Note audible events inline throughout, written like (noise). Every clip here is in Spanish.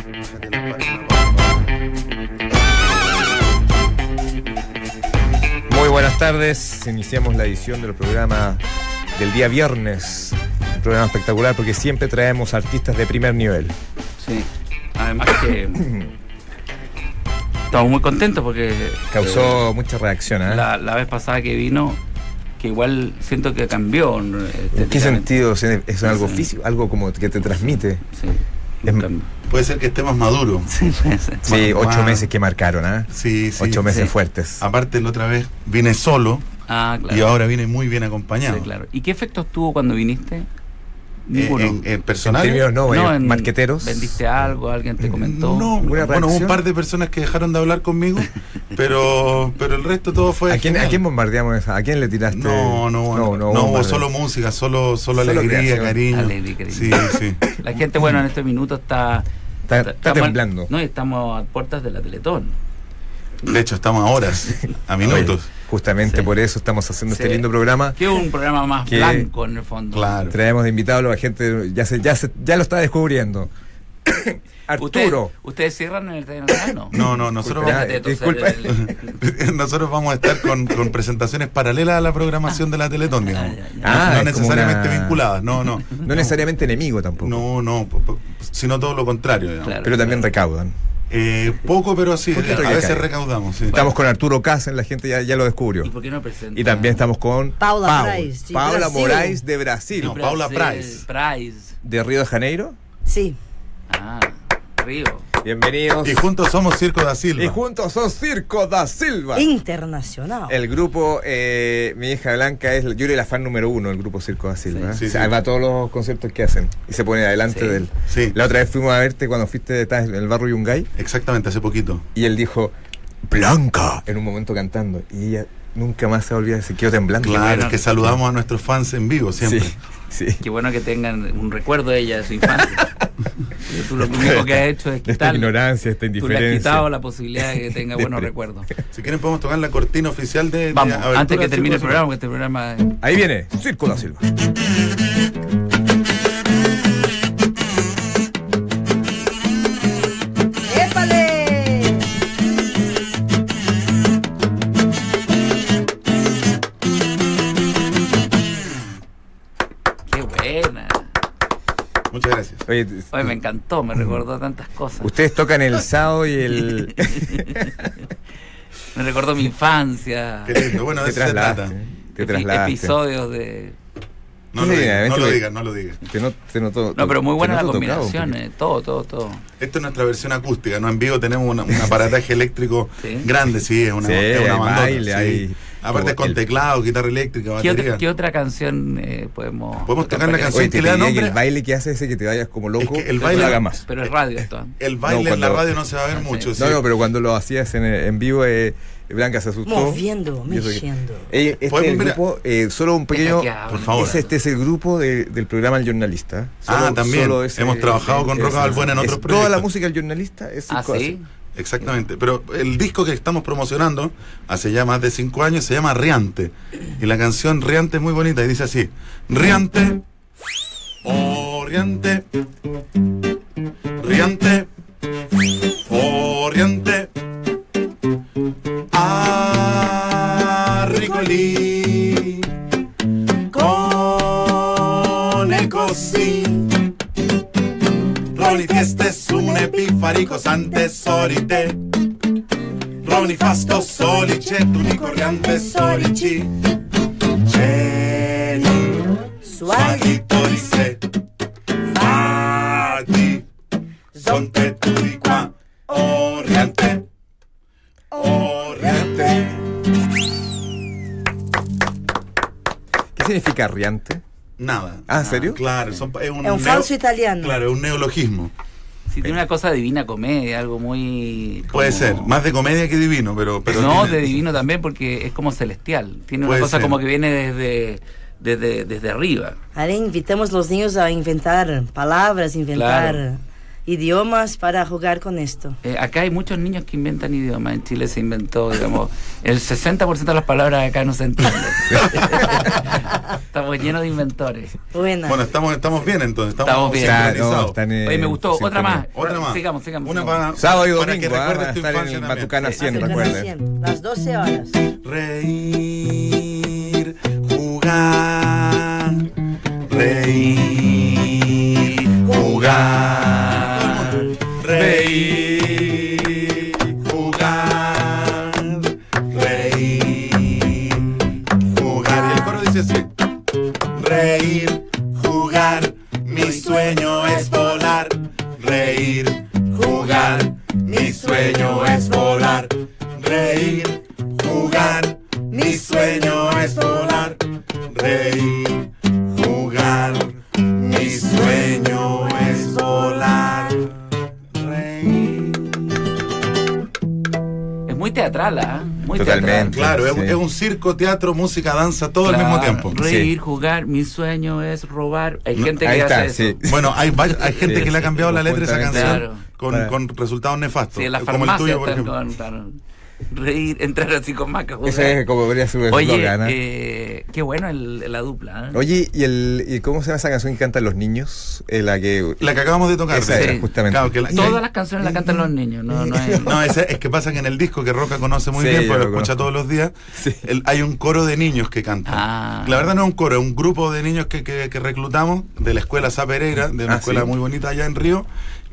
de la página web. Muy buenas tardes, iniciamos la edición del programa del día viernes. Un programa espectacular porque siempre traemos artistas de primer nivel. Sí, además que estamos muy contentos porque... Causó eh, mucha reacción, ¿eh? La, la vez pasada que vino, que igual siento que cambió. ¿En qué sentido? ¿Es algo sí. físico? ¿Algo como que te transmite? Sí. Es... Puede ser que esté más maduro. (laughs) Sí, puede ser. sí ocho ah. meses que marcaron, ¿ah? ¿eh? Sí, sí. Ocho meses sí. fuertes. Aparte, la otra vez vine solo ah, claro. y ahora vine muy bien acompañado. Sí, claro. ¿Y qué efectos tuvo cuando viniste? Ninguno. ¿En, en personal? Eh, ¿En no, no en marqueteros. Eh, ¿Vendiste algo? ¿Alguien te comentó? No, bueno, un par de personas que dejaron de hablar conmigo, pero, pero el resto todo fue. ¿A quién, ¿A quién, bombardeamos esa? ¿A quién le tiraste? No, no, no, no, no solo música, solo, solo, solo alegría, cariño. alegría, cariño. Sí, sí. La gente, bueno, en este minuto está. Está, está, está temblando. no, estamos a puertas de la Teletón. De hecho, estamos a horas, a minutos. Oye, justamente sí. por eso estamos haciendo sí. este lindo programa. Que es un programa más que, blanco en el fondo. Claro. Traemos de invitado a la gente, ya, se, ya, se, ya lo está (coughs) descubriendo. Arturo. ¿Ustedes, ¿Ustedes cierran en el Estadio Nacional? no, No, no nosotros, vamos, ah, disculpa. El... (laughs) nosotros vamos a estar con, con, presentaciones paralelas a la programación de la Teletón, digamos. Ah, no, no necesariamente una... vinculadas, no, no. No necesariamente enemigo tampoco. No, no, sino todo lo contrario. Claro, Pero también claro. recaudan. Eh, poco, pero así, a veces cae? recaudamos. Sí. Estamos con Arturo Cáceres, la gente ya, ya lo descubrió. (laughs) ¿Y, por qué no y también estamos con Paula Pau, Price. Sí, Paula Brasil. Moraes de Brasil. No, Paula Price. Price. ¿De Río de Janeiro? Sí. Ah, Río. Bienvenidos. Y juntos somos Circo da Silva. Y juntos son Circo da Silva. Internacional. El grupo, eh, mi hija Blanca es, yo era la fan número uno del grupo Circo da Silva. Sí, ¿eh? sí, o sea, sí. Va a todos los conciertos que hacen y se pone adelante del. La otra vez fuimos a verte cuando fuiste en el barrio Yungay. Exactamente, hace poquito. Y él dijo, Blanca, en un momento cantando. Y ella nunca más se olvida, se quedó temblando. (laughs) Claro, bueno, que saludamos a nuestros fans en vivo siempre. Sí. Qué bueno que tengan un recuerdo de ella, de su infancia. tú lo único que has hecho es quitar. Esta ignorancia, esta indiferencia. Tú le has quitado la posibilidad de que tenga buenos recuerdos. Si quieren, podemos tocar la cortina oficial de. Vamos, de antes que termine el programa, porque este programa. Es... Ahí viene, Circo da Silva. Muchas gracias. Oye, Oye, me encantó, me recordó tantas cosas. Ustedes tocan el sábado (laughs) y el. me recordó mi infancia. Qué lindo. Bueno, de (laughs) te eso se trata. ¿eh? Te trasladaste. Episodios de. No, lo, digas, no lo digas, no lo digas. Te no, te noto, no, pero muy buena la combinación, eh, todo, todo, todo. Esta es nuestra versión acústica, ¿no? En vivo tenemos una, un aparataje (laughs) eléctrico ¿Sí? grande, sí, es una, sí, es una bandona, baile, sí. Hay... Aparte con el... teclado, guitarra eléctrica, ¿Qué batería. Otra, ¿Qué otra, canción eh, podemos Podemos tocar la canción Oye, que le da nombre. El baile que hace ese que te vayas como loco, es que el baile, haga más. Pero es radio esto. ¿eh? El baile no, cuando... en la radio no se va a ver ah, mucho. Sí. No, no, pero cuando lo hacías en, en vivo, eh, Blanca se asustó. Moviendo, meciendo. Eh, este es el grupo, solo un eh, pequeño. Por favor. Ese, este es el grupo de, del programa El Jornalista. Solo, eh, ah, también. Solo ese, Hemos trabajado con Roca Balbuena en otros proyectos. Toda la música del Jornalista es ¿Ah, sí? Exactamente, pero el disco que estamos promocionando hace ya más de cinco años se llama Riante. Y la canción Riante es muy bonita y dice así: Riante, oh Riante, Riante, oh Riante, ah, Ricolí, con el Roli feste sune bifarico sante solite Roli fasto solice unicorriante solici Ceni Suagi torise Fati Sonte turi qua Oriente Oriente ¿Qué significa riante? Nada. Ah, ¿en serio? Claro, son, es un, es un É um falso italiano. Claro, es un neologismo. Sí, tiene una cosa divina comedia, algo muy... Como... Puede ser, más de comedia que divino, pero... pero no, tiene... de divino también porque es como celestial. Tiene Puede una cosa ser. como que viene desde, desde, desde arriba. Ahora invitamos a los niños a inventar palabras, inventar... Claro. idiomas para jugar con esto. Eh, acá hay muchos niños que inventan idiomas. En Chile se inventó, digamos, el 60% de las palabras acá no se entienden. (laughs) estamos llenos de inventores. Buena. Bueno, estamos, estamos bien entonces. Estamos, Estamos bien. sincronizados. Claro, no, están, eh, Oye, me gustó. sin Otra más. comer. Otra más. Sigamos, sigamos. Una sigamos. para, Sábado y para domingo, que ah, van a recuerdes tu estar en infancia también. el Batucana Hasta 100, el canal recuerden. 100, Las 12 horas. Reír, jugar, reír, jugar, reír, jugar, reír, jugar. Y el coro dice así. Reír, jugar, mi sueño es volar. Reír, jugar, mi sueño es volar. Reír, jugar, mi sueño es volar. Reír, jugar, mi sueño es volar. Reír. Es muy teatral, ¿ah? Muy Totalmente. teatral. Claro, es, Sí. es un circo, teatro, música, danza, todo al mismo Claro, tiempo. Reír, jugar, mi sueño es robar. Hay gente Ahí que está, hace eso. sí. Bueno, hay, varios- hay gente Sí, que le ha sí, cambiado la letra de esa canción conjuntamente. con, Claro. con resultados nefastos. Sí, en las como el farmacias tuyo, por están ejemplo. con- claro. Reír, (laughs) entrar así con maca. jugar. Ese es como podría ser el Oye, eslogan, ¿ah? eh, qué bueno el- la dupla. ¿eh? Oye, ¿y, el, ¿y cómo se llama esa canción que cantan los niños? Eh, la que... La que acabamos de tocar. Esa de era, hecho. justamente. Claro, que la- Todas las canciones las cantan los Mm. niños, no, no (laughs) es- No, ese- es que pasa que en el disco que Roca conoce muy Sí, bien, yo porque lo lo escucha todos conozco. los días, Sí. el- hay un coro de niños que cantan. Ah. La verdad no es un coro, es un grupo de niños que, que- que reclutamos de la escuela Sa Pereira, de una Ah, escuela sí. muy bonita allá en Río,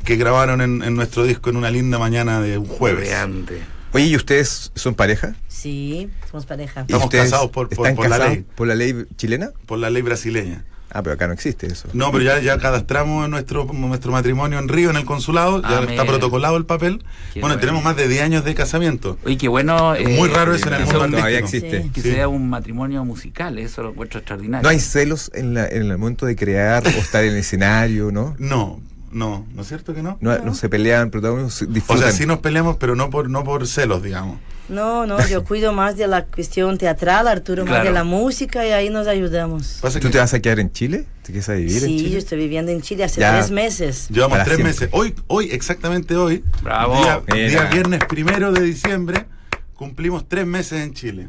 que grabaron en, en nuestro disco en una linda mañana de un jueves. Brillante. Oye, ¿y ustedes son pareja? Sí, somos pareja. ¿Y Estamos ustedes casados por- por- ¿Están por la casados ley. por la ley chilena? Por la ley brasileña. Ah, pero acá no existe eso. No, pero ya, ya cadastramos nuestro, nuestro matrimonio en Río, en el consulado, Ah, ya mira. está protocolado el papel. Qué bueno, bueno. tenemos más de 10 años de casamiento. Oye, qué bueno. eh, Es muy raro eso en el que mundo artístico. sea un- Todavía existe. Sí. Que Sí. sea un matrimonio musical, eso lo encuentro extraordinario. No hay celos en, la- en el momento de crear o estar en el escenario, ¿no? No, no, ¿no es cierto que no? No, no se pelean, protagonistas se O disfrutan. sea, sí nos peleamos, pero no por, no por celos, digamos. No, no, (laughs) yo cuido más de la cuestión teatral, Arturo más Claro. de la música y ahí nos ayudamos. Pasa ¿Tú que te vas a quedar en Chile? ¿Te quieres a vivir en Sí, yo Chile? estoy viviendo en Chile hace Ya. tres meses. llevamos Para tres siempre. meses. Hoy, hoy, exactamente hoy, Bravo. día, Mira. día viernes primero de diciembre, cumplimos tres meses en Chile.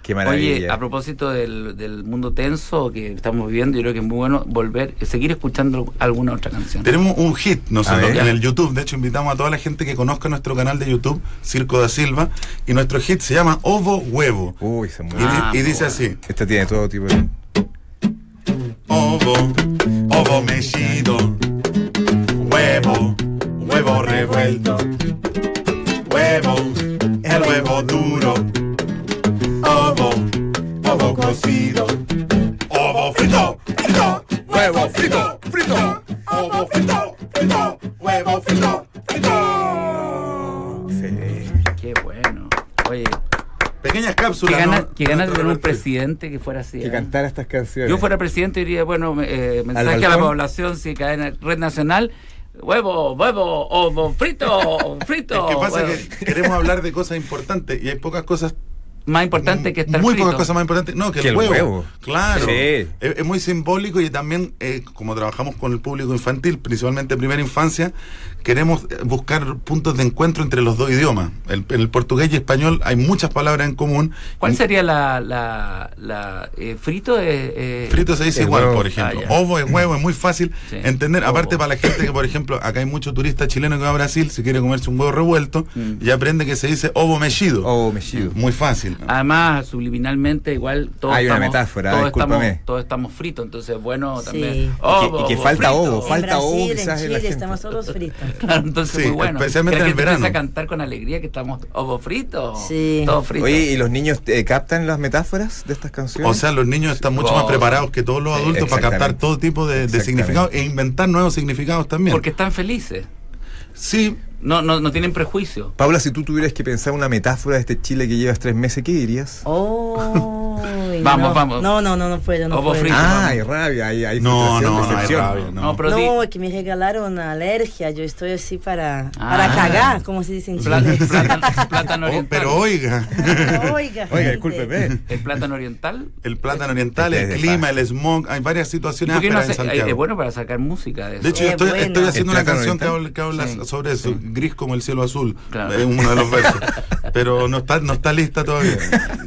Qué Oye, maravilla. a propósito del, del mundo tenso que estamos viviendo, yo creo que es muy bueno volver, seguir escuchando alguna otra canción. Tenemos un hit nosotros A ver. en el YouTube. De hecho, invitamos a toda la gente que conozca nuestro canal de YouTube, Circo da Silva. Y nuestro hit se llama Ovo Huevo. Uy, se Y, mueve. di- Ah, y dice bueno. así: Esta tiene todo tipo de... Ovo, ovo mexido, huevo, huevo revuelto. huevo, el huevo duro, ovo, ovo cocido, ovo frito, frito, huevo frito, frito, ovo frito, frito, huevo frito, frito. Sí. Qué bueno. Oye, Pequeñas qué cápsulas. ganas ¿no? qué ganas de Nuestro tener un repertorio. presidente que fuera así. Que ¿eh? cantar estas canciones. Yo fuera presidente diría, bueno, me- eh, mensaje a la balcón? población si cae en la red nacional, huevo, huevo, ovo (laughs) frito, Es frito. que pasa huevo. que queremos hablar de cosas importantes y hay pocas cosas Más importante que estar Mm, Muy frito. pocas cosas más importantes. No, que, el, huevo. Claro. Sí. Es, es muy simbólico y también, eh, como trabajamos con el público infantil, principalmente primera infancia, queremos eh, buscar puntos de encuentro entre los dos idiomas. El, el portugués y español hay muchas palabras en común. ¿Cuál sería la... la, la eh, frito es... eh, Frito se dice El igual, huevo. por ejemplo. Ah, ya. Ovo es huevo, es muy fácil (laughs) Sí. entender. Aparte, Ovo. para la gente que, por ejemplo, acá hay mucho turista chileno que va a Brasil, si quiere comerse un huevo revuelto, Mm. y aprende que se dice ovo mellido. Oh, mechido. Muy fácil. ¿no? Además, subliminalmente, igual todos Hay una estamos, metáfora, todos discúlpame. estamos, todos estamos fritos, entonces bueno Sí. también. Oh, Y que- Ovo, y que falta frito. ovo, falta- en ovo Brasil, en quizás en la Chile gente. estamos todos fritos. (laughs) Claro, entonces Sí, muy bueno. especialmente Que la en el gente empiece verano. a cantar con alegría que estamos ovo frito, Sí. todo frito. Oye, ¿y los niños eh, captan las metáforas de estas canciones? O sea, los niños están mucho más Wow. preparados que todos los Sí, adultos para captar Oh. exactamente. todo tipo de, de Exactamente. significados e inventar nuevos significados también. porque están felices, sí, no, no, no tienen prejuicio. Paula, si tú tuvieras que pensar una metáfora de este Chile que llevas tres meses, ¿qué dirías? Oh, Uy, Vamos, no. vamos. No, no, no, no puedo, no Ovo puedo. frito. Ah, hay rabia, hay, hay No, frustración, no, no hay decepción. rabia, no. No, pero di- No, es que me regalaron una alergia. Yo estoy así para, Ah. para cagar, como se dice en pla- Chile. plátano, (laughs) plátano Oh, oriental. pero oiga, (laughs) Oiga, Oiga, gente. discúlpeme. El plátano oriental. el plátano oriental, Este Es el de clima, paz. el smog, hay varias situaciones ¿Por qué no ásperas en hace- ay, Santiago. es bueno para sacar música de eso. De hecho, yo Qué estoy, bueno. estoy haciendo El una plátano canción que habla, oriental. que habla Sí, sobre eso, gris como el cielo azul, Claro. es uno de (laughs) los versos. Pero no está, no está lista todavía.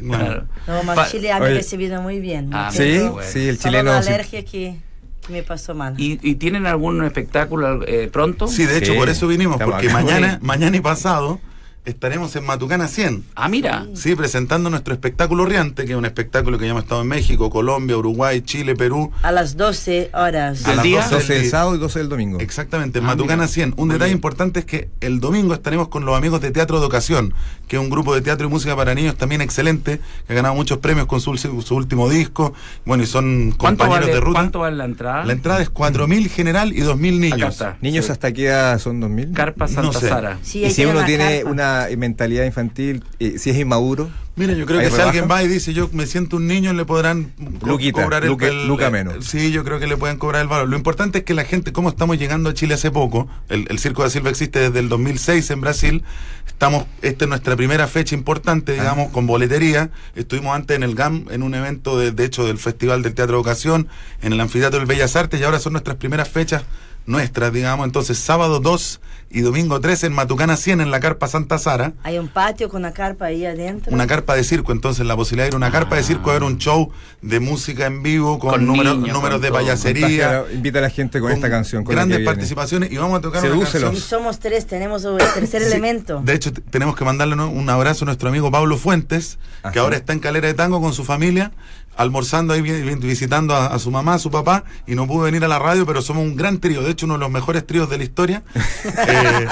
Bueno. Claro. No, Pa- mas Chile ha me Oye. recibido muy bien. No Ah, Sí, tengo- bueno. sí, el solo chileno. Una sí. alergia que, que me pasó mal. ¿Y, y tienen algún espectáculo eh, pronto? Sí, de hecho, Sí. por eso vinimos, Estamos porque acá. mañana, Sí. mañana y pasado estaremos en Matucana 100. Ah, mira. Sí, presentando nuestro espectáculo Riante, que es un espectáculo que ya hemos estado en México, Colombia, Uruguay, Chile, Perú. A las 12 horas. A ¿Del las día? 12 12 del del día. sábado y 12 del domingo. Exactamente, en Ah, Matucana mira. 100. Un Muy detalle bien. importante es que el domingo estaremos con los amigos de Teatro de Ocasión, que es un grupo de teatro y música para niños también excelente, que ha ganado muchos premios con su, su último disco. Bueno, y son ¿Cuánto compañeros vale, de ruta. ¿Cuánto vale la entrada? La entrada es 4.000 general y 2.000 Acá niños. está. Niños Sí. hasta aquí a- son 2000. Carpa no Santa sé. Sara. Sí, Y ahí si uno una tiene carpa. una mentalidad infantil, eh, si es inmaduro, Mira, yo creo ¿Hay que si rebaja? alguien va y dice yo me siento un niño, le podrán co- Luquita, luque- luca menos. Sí, yo creo que le pueden cobrar el valor. Lo importante es que la gente, como estamos llegando a Chile hace poco, el, el Circo da Silva existe desde el 2006 en Brasil, estamos, esta es nuestra primera fecha importante, Ah. digamos, con boletería. Estuvimos antes en el GAM, en un evento, de, de hecho, del Festival del Teatro de Ocasión, en el Anfiteatro del Bellas Artes, y ahora son nuestras primeras fechas nuestras, digamos. Entonces, sábado 2 y domingo 3 en Matucana 100, en la Carpa Santa Sara Hay un patio con una carpa ahí adentro. una carpa de circo, entonces la posibilidad de ir a una carpa de circo, a Ah. ver un show de música en vivo con, Con números, niños, números con de todo. payasería, contagia- invita a la gente con, con esta canción. Con la grandes que viene. participaciones y vamos a tocar Sedúcelos. una Y canción. somos tres, tenemos el tercer Sí, elemento. De hecho, t- tenemos que mandarle ¿no? un abrazo a nuestro amigo Pablo Fuentes, que Ajá. ahora está en Calera de Tango con su familia, almorzando ahí, vi- vi- visitando a, a su mamá, a su papá, y no pudo venir a la radio, pero somos un gran trío, de hecho uno de los mejores tríos de la (laughs) historia. Eh,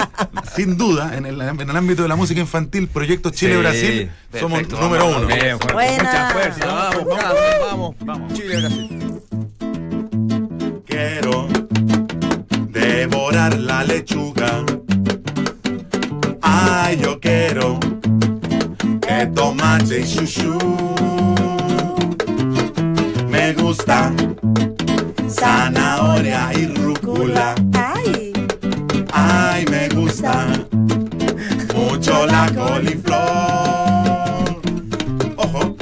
sin duda, en el, en el ámbito de la música infantil, Proyecto Chile-Brasil, somos Perfecto, número vamos, uno. vamos. Bien, Juan, Buena. Mucha fuerza. Vamos, vamos, vamos. Vamos. Chile, Brasil. Quiero devorar la lechuga. Ay, yo quiero que tomate y chuchu. Me gusta zanahoria y rúcula. Ay, Ay, me gusta mucho la coliflor. Ojo,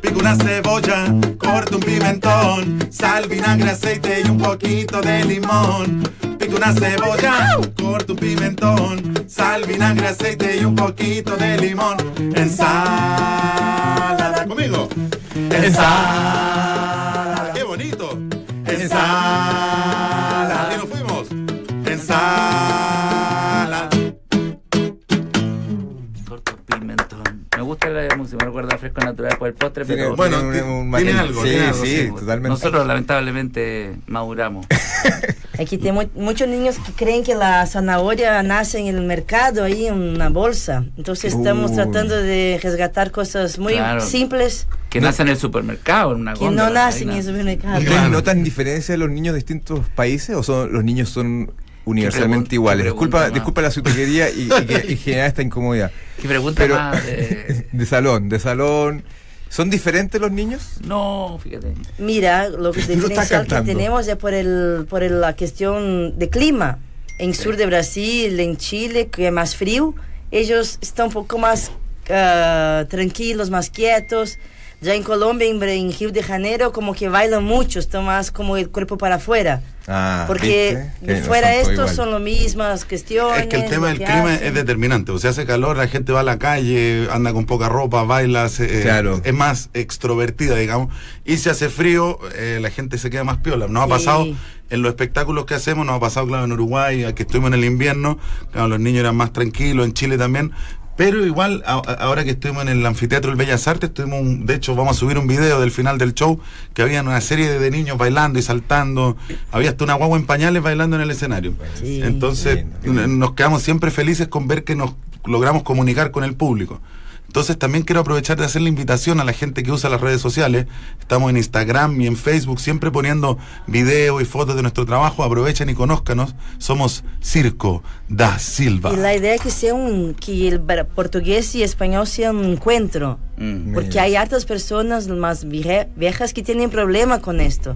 pico una cebolla, corto un pimentón, sal, vinagre, aceite y un poquito de limón. Pico una cebolla, corto un pimentón, sal, vinagre, aceite y un poquito de limón. Ensalada conmigo. Ensalada. Qué bonito. Ensalada. Y nos fuimos. Ensalada. Corto pimentón. Me gusta la música, me recuerda a fresco natural por el postre, Tiene- pero bueno, tiene ti- tiene matiz. algo, Sí, tiene algo, sí, sí. totalmente. nosotros lamentablemente maduramos. aquí tem mu- muchos niños que creen que la zanahoria nace en el mercado, ahí en una bolsa. Entonces estamos Uy. tratando de resgatar cosas muy Claro. simples Que nacen en el supermercado, en una que no góndola, nacen ahí en el nacen. mercado. ¿Ustedes Claro. notan diferencia de los niños de distintos países o son los niños son Qué pregun- universalmente qué iguales? pregunta Disculpa, más. disculpa la sutequería y, y que- y generar esta incomodidad. Qué pregunta Pero más. eh, (laughs) de salón, de salón. ¿Son diferentes los niños? no, fíjate. Mira, lo que No está diferencial que cantando. tenemos es por, el, por el- la cuestión de clima. En sur de Brasil, en Chile, que es más frío, ellos están un poco más ah, tranquilos, más quietos. Ya en Colombia, en, Bre- en Río de Janeiro, como que bailan mucho, están más como el cuerpo para afuera. Ah, Porque ¿viste? Que no fuera son todos estos iguales. son las mismas cuestiones. Es que el tema lo del que clima hacen. es determinante. O sea, hace calor, la gente va a la calle, anda con poca ropa, baila, se- eh, Claro. es más extrovertida, digamos. Y si hace frío, eh, la gente se queda más piola. Nos ha Sí. pasado en los espectáculos que hacemos, nos ha pasado, claro, en Uruguay, que estuvimos en el invierno, claro, los niños eran más tranquilos, en Chile también. Pero igual, a- a- ahora que estuvimos en el anfiteatro del Bellas Artes, tuvimos un- de hecho vamos a subir un video del final del show, que había una serie de, de niños bailando y saltando, había hasta una guagua en pañales bailando en el escenario. Sí. Entonces, Lindo, qué lindo. nos quedamos siempre felices con ver que nos logramos comunicar con el público. Entonces también quiero aprovechar de hacer la invitación a la gente que usa las redes sociales. Estamos en Instagram y en Facebook siempre poniendo videos y fotos de nuestro trabajo. Aprovechen y conózcanos. Somos Circo da Silva. Y la idea es que, sea un, que el portugués y español sean un encuentro. Mm. Porque hay hartas personas más viejas que tienen problema con esto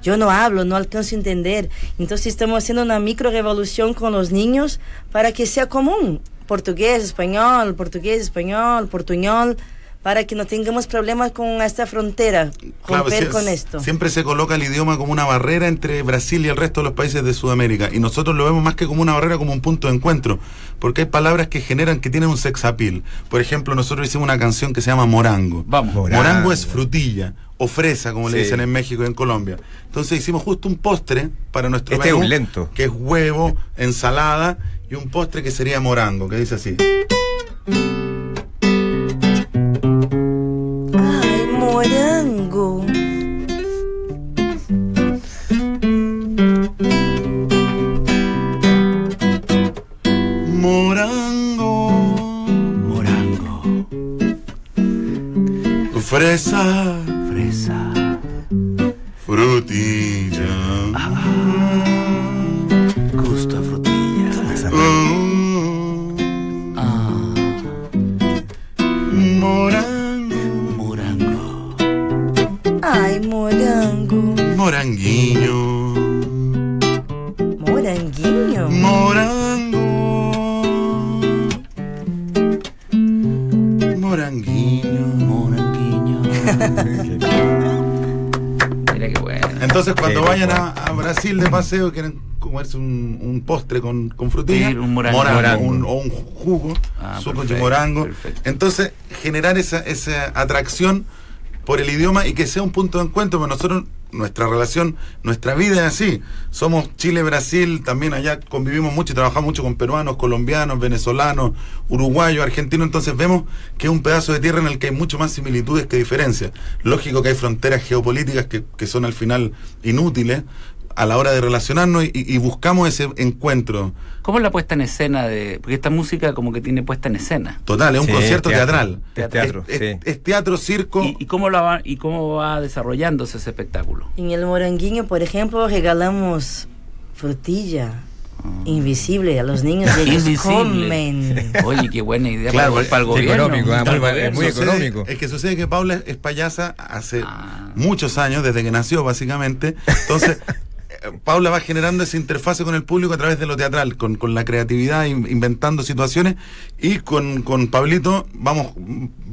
yo no hablo, no alcanzo a entender. Entonces estamos haciendo una micro revolución con los niños para que sea común. Portugués, español, portugués, español, portuñol para que no tengamos problemas con esta frontera, claro, si, con esto. Siempre se coloca el idioma como una barrera entre Brasil y el resto de los países de Sudamérica, y nosotros lo vemos más que como una barrera, como un punto de encuentro, porque hay palabras que generan, que tienen un sex appeal. Por ejemplo, nosotros hicimos una canción que se llama Morango. Vamos. Morango, Morango es frutilla, o fresa, como sí. le dicen en México y en Colombia. Entonces hicimos justo un postre para nuestro este menú, es un lento. que es huevo, ensalada, y un postre que sería Morango, que dice así. morango. Morango, morango. Fresa, fresa. Frutilla. Ah, gusto a frutilla. Oh, ah. Morango. Ay, morango. Moranguinho. Moranguinho? Morango. Moranguinho. Moranguinho. Mira qué bueno. Entonces, cuando Pero vayan a, a, Brasil de paseo, quieren comerse un, un postre con, con frutilla, un morango, morango. Un, o un jugo, ah, suco de morango. Perfecto. Entonces, generar esa, esa atracción por el idioma y que sea un punto de encuentro. Porque nosotros, nuestra relación, nuestra vida es así. Somos Chile, Brasil, también allá convivimos mucho y trabajamos mucho con peruanos, colombianos, venezolanos, uruguayos, argentinos. Entonces vemos que es un pedazo de tierra en el que hay mucho más similitudes que diferencias. Lógico que hay fronteras geopolíticas que, que son al final inútiles a la hora de relacionarnos y, y, buscamos ese encuentro. ¿Cómo es la puesta en escena de.? Porque esta música como que tiene puesta en escena. Total, es un sí, concierto teatro, teatral. Es teatro, es, sí. es, es teatro circo. ¿Y, ¿Y, cómo la va, ¿Y cómo va desarrollándose ese espectáculo? En el Moranguinho, por ejemplo, regalamos frutilla. Invisible a (laughs) los niños y ellos Invisible. comen. Oye, qué buena idea claro, para, para, el gobierno. Económico, ah, muy, es muy sucede, económico. Es que sucede que Paula es payasa hace ah. muchos años, desde que nació básicamente. (laughs) Entonces, eh, Paula va generando esa interfase con el público a través de lo teatral, con, con la creatividad, in, inventando situaciones. Y con, con, Pablito vamos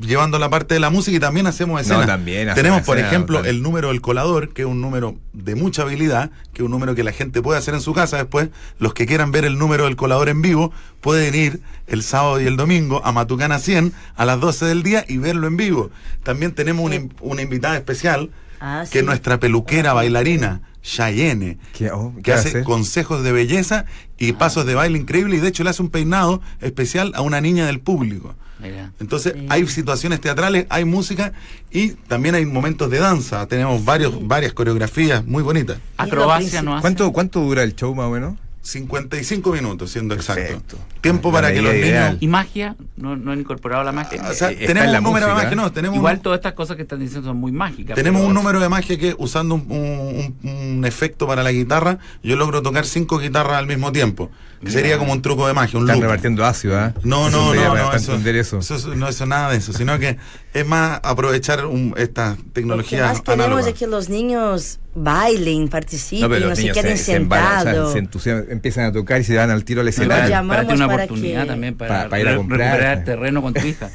llevando la parte de la música y también hacemos escenas. No, también hacemos Tenemos, escena, por ejemplo, también. el número del colador, que es un número de mucha habilidad, que es un número que la gente puede hacer en su casa después. Los que quieran ver el número del colador en vivo pueden ir el sábado y el domingo a Matucana 100 a las 12 del día y verlo en vivo. También tenemos una, una invitada especial, ah, que sí. es nuestra peluquera bailarina. Cheyenne, oh, que hace hacer? consejos de belleza y ah. pasos de baile increíble y de hecho le hace un peinado especial a una niña del público. Mira. Entonces sí. hay situaciones teatrales, hay música y también hay momentos de danza. Tenemos varios, sí. varias coreografías muy bonitas. Acrobacia no hace? ¿Cuánto, ¿Cuánto dura el show más o menos? 55 minutos, siendo Perfecto. exacto. Tiempo la para que los ideal. niños. ¿Y magia? ¿No, no han incorporado la magia? Ah, o sea, tenemos un número música. de magia, no. Tenemos Igual un... todas estas cosas que están diciendo son muy mágicas. Tenemos pero... un número de magia que, usando un, un, un, efecto para la guitarra, yo logro tocar cinco guitarras al mismo tiempo. Que sería como un truco de magia, un Están loop. repartiendo ácido, ¿eh? No, no, eso no. no, eso, eso. eso, no es nada de eso, sino que es más aprovechar esta tecnología. Lo que queremos es que los niños bailen, participen, no, no se queden se, sentados. Se, o sea, se empiezan a tocar y se dan al tiro al escenario. No, para una oportunidad que... también para, para, para ir a comprar. recuperar terreno con tu hija.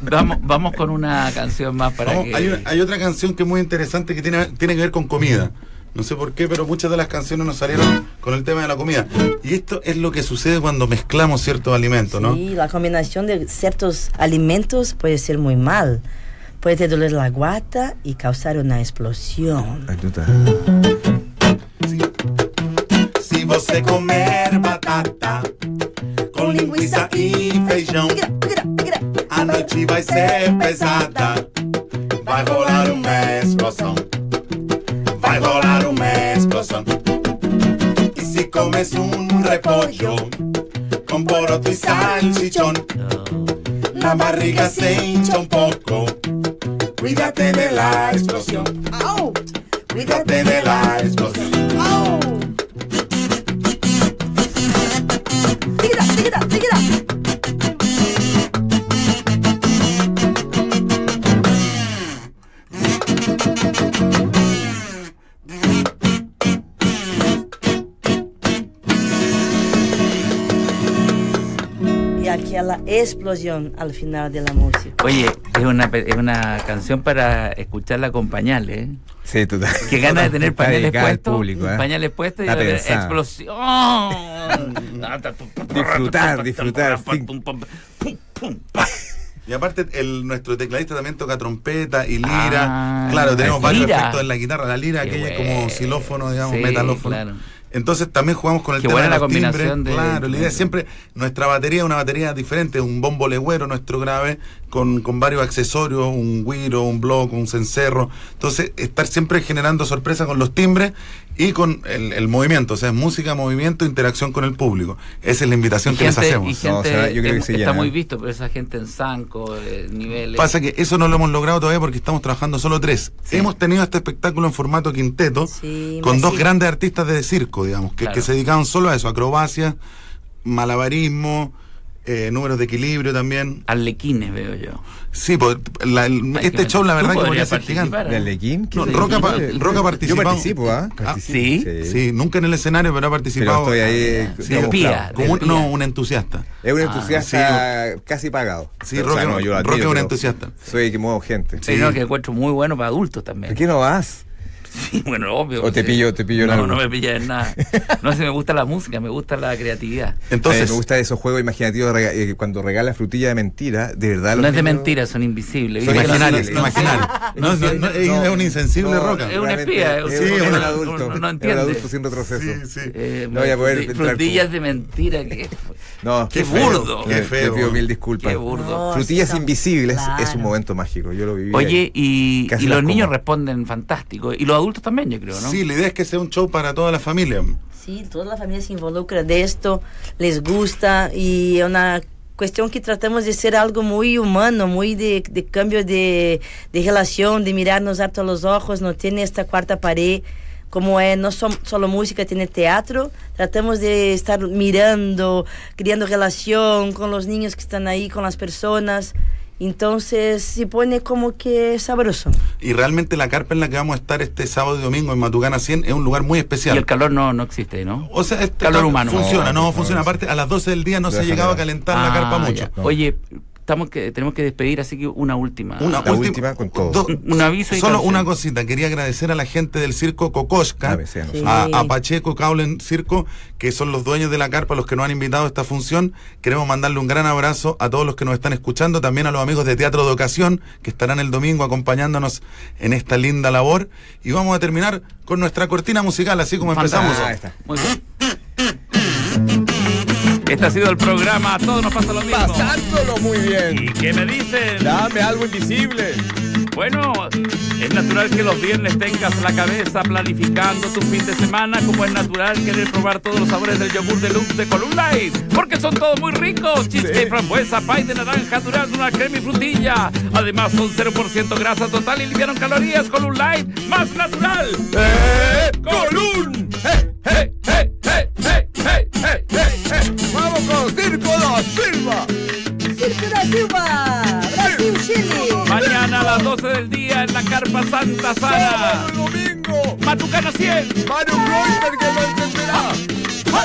vamos, vamos con una canción más para vamos, que... hay, hay, otra canción que es muy interesante que tiene, tiene que ver con comida. No sé por qué, pero muchas de las canciones nos salieron con el tema de la comida. Y esto es lo que sucede cuando mezclamos ciertos alimentos, sí, ¿no? Sí, la combinación de ciertos alimentos puede ser muy mal puede doler la guata y causar una explosión. Si, si você comer batata com linguiça e feijão, a noite vai ser pesada. Vai rolar uma explosão. Vai rolar uma explosão. E se comes um repolho com poroto e salchichón. La barriga se hincha un poco. Cuídate de la explosión. Au. Cuídate de la explosión. Au. Tigre, tigre, tigre. Y aquella explosión al final de la música. Oye, es una, pe- es una canción para escucharla con pañales. ¿eh? Sí, total. Qué ganas de tener Está pañales dedicada al puestos. público, ¿eh? Pañales puestos y Está de ver pensada. explosión. Disfrutar, disfrutar, sí. Pum, pum, pum, pum. Y aparte, el, nuestro tecladista también toca trompeta y lira. Ah, claro, tenemos varios lira. efectos en la guitarra. La lira, Qué aquella es bueno. como xilófono, digamos, Sí, metalófono. claro. Entonces también jugamos con el Qué tema buena de la los combinación timbres. de- Claro, la idea es siempre nuestra batería es una batería diferente, un bombo legüero nuestro grave, con, con varios accesorios, un guiro, un block, un cencerro. Entonces, estar siempre generando sorpresa con los timbres y con el, el movimiento. O sea, es música, movimiento, interacción con el público. Esa es la invitación Y que les gente, hacemos. y No, gente se va- yo creo que em- se está llena, muy ¿eh? visto, pero esa gente en Sanco, eh, niveles. Pasa que eso no lo hemos logrado todavía porque estamos trabajando solo tres. Sí. Hemos tenido este espectáculo en formato quinteto Sí, con me dos sigue. grandes artistas de circo, digamos, que, Claro. que se dedicaban solo a eso, acrobacias, malabarismo, eh, números de equilibrio también. Arlequines veo yo. Sí, po- la- el- Ay, este qué show la bueno. verdad Tú que podría podrías ser participar, gigante. ¿eh? ¿De Arlequín? ¿Qué No, sé yo? Roca pa- Roca Yo (laughs) participa- participo, ¿ah? ¿sí? Sí, nunca en el escenario, pero ha Pero participado estoy ahí. Sí, como- espía. claro, como un, de- no, un entusiasta. Es un Ah, entusiasta casi pagado. Sí, Pero, Roque- lo Roque es admiro, un pero entusiasta. Soy el que muevo gente. Sí, no, que encuentro muy bueno para adultos también. ¿Por qué no vas? Sí, (laughs) bueno, obvio. O te sí. pillo- te pillo en No, algo. no me pilla (laughs) en nada. No sé, me gusta la música, me gusta la creatividad. Entonces, Eh, me gustan esos juegos imaginativos rega- eh, cuando regala frutilla de mentira, de verdad. No los es de niños- mentira, son invisibles. Son Viste que no- imaginarios, no- no- imaginarios. No, no, no, es- es un insensible, Roca. Es un realmente, Es, espía, es un- un, sí, es un un- adulto. no- no es un entiende. adulto sin retroceso. sí, sí. Eh, No voy a poder fruti- entrar al Frutillas cubo. de (laughs) mentira, que No, Qué feo. burdo. Qué Te- feo. Te pido mil disculpas. qué burdo. No, Frutillas sí, invisibles es claro. un momento mágico. Yo lo viví. Oye, ahí. y, Casi y las los niños como. responden fantástico. Y los adultos también, yo creo, ¿no? Sí, la idea es que sea un show para toda la familia. Sí, toda la familia se involucra de esto, les gusta y es una cuestión que tratamos de ser algo muy humano, muy de, de cambio de, de relación, de mirarnos harto a los ojos, no tiene esta cuarta pared. Como es, no som- solo música, tiene teatro. Tratamos de estar mirando, creando relación con los niños que están ahí, con las personas. Entonces se pone como que sabroso. Y realmente la carpa en la que vamos a estar este sábado y domingo en Matucana 100 es un lugar muy Y especial. el calor no, no existe, ¿no? o sea, este calor cal- humano. Funciona, No, no, no, funciona. no. Aparte, a las 12 del día no se Déjame llegaba a ver. calentar la Ah, carpa mucho. ya. No. Oye, estamos que, tenemos que despedir, así que una última. Una Ah, La última con todo. dos- Un- un aviso y Solo canción. una cosita. Quería agradecer a la gente del circo Kokoschka, A ver, sí, a nosotros. a, Sí. a Pacheco Caulen Circo, que son los dueños de la carpa, los que nos han invitado a esta función. Queremos mandarle un gran abrazo a todos los que nos están escuchando, también a los amigos de Teatro de Ocasión, que estarán el domingo acompañándonos en esta linda labor. Y vamos a terminar con nuestra cortina musical, así como empezamos. Ah, ahí está. Muy bien. Este ha sido el programa. A todos nos pasa lo mismo. Pasándolo muy ¿Y bien. qué me dicen? Dame algo invisible. Bueno, es natural que los viernes tengas la cabeza planificando tu fin de semana, como es natural querer probar todos los sabores del yogur deluxe de Column Light, porque son todos muy ricos. Cheesecake, Sí. frambuesa, pay de naranja, durazno, crema y frutilla. Además, son 0% grasa total y liviaron calorías. Column Light, más natural. ¡Eh! ¡Colún! ¡Eh! ¡Hey, hey, hey, hey, hey, hey, hey, hey! ¡Vamos con Circo da Silva! Circo da Silva, Brasil, Chile. Mañana a las 12 del día en la Carpa Santa Sara. ¡Sábado y domingo! Matucana 100. ¡Mario Kreuzberg que lo entenderá!